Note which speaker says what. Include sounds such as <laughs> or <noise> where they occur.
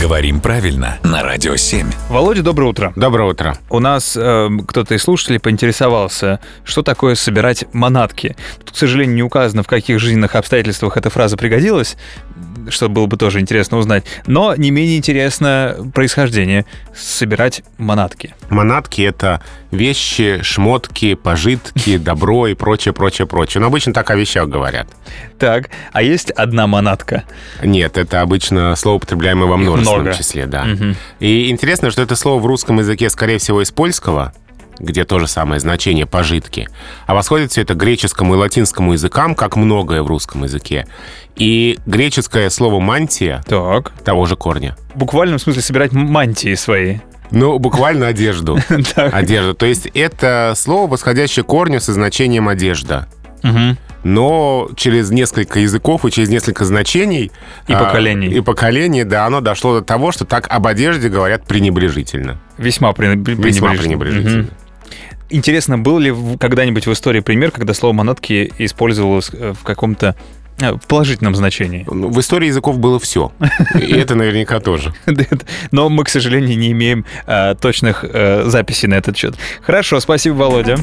Speaker 1: Говорим правильно на Радио 7.
Speaker 2: Володя, доброе утро.
Speaker 3: Доброе утро.
Speaker 2: У нас э, кто-то из слушателей поинтересовался, что такое собирать манатки. Тут, к сожалению, не указано, в каких жизненных обстоятельствах эта фраза пригодилась, что было бы тоже интересно узнать. Но не менее интересно происхождение собирать манатки.
Speaker 3: Манатки — это вещи, шмотки, пожитки, добро и прочее, прочее, прочее. Но обычно так о вещах говорят.
Speaker 2: Так, а есть одна манатка.
Speaker 3: Нет, это обычно слово, употребляемое во множественном
Speaker 2: много.
Speaker 3: числе, да.
Speaker 2: Мгм.
Speaker 3: И интересно, что это слово в русском языке, скорее всего, из польского, где то же самое значение пожитки. А восходит все это к греческому и латинскому языкам, как многое в русском языке. И греческое слово мантия
Speaker 2: Так.
Speaker 3: того же корня.
Speaker 2: В буквальном смысле собирать мантии свои. <laughs>
Speaker 3: Ну, буквально одежду.
Speaker 2: Так.
Speaker 3: Одежда. То есть это слово, восходящее к корню со значением одежда.
Speaker 2: Мгм.
Speaker 3: но через несколько языков и через несколько значений а,
Speaker 2: И поколений.
Speaker 3: и поколений, да, оно дошло до того, что так об одежде говорят пренебрежительно,
Speaker 2: Весьма пренеб-
Speaker 3: весьма
Speaker 2: пренебрежительно.
Speaker 3: пренебрежительно.
Speaker 2: Мгм. Интересно, был ли в- когда-нибудь в истории пример, когда слово манатки использовалось э, в каком-то э, в положительном значении. <laughs>
Speaker 3: Ну, В истории языков было все, и это наверняка тоже.
Speaker 2: Но мы, к сожалению, не имеем э, точных э, записей на этот счет. Хорошо, спасибо, Володя.